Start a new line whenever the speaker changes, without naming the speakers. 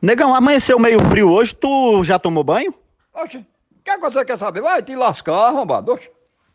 Negão, amanheceu meio frio hoje, tu já tomou banho?
Oxe, o que, é que você quer saber? Vai te lascar, arrombado. Oxe.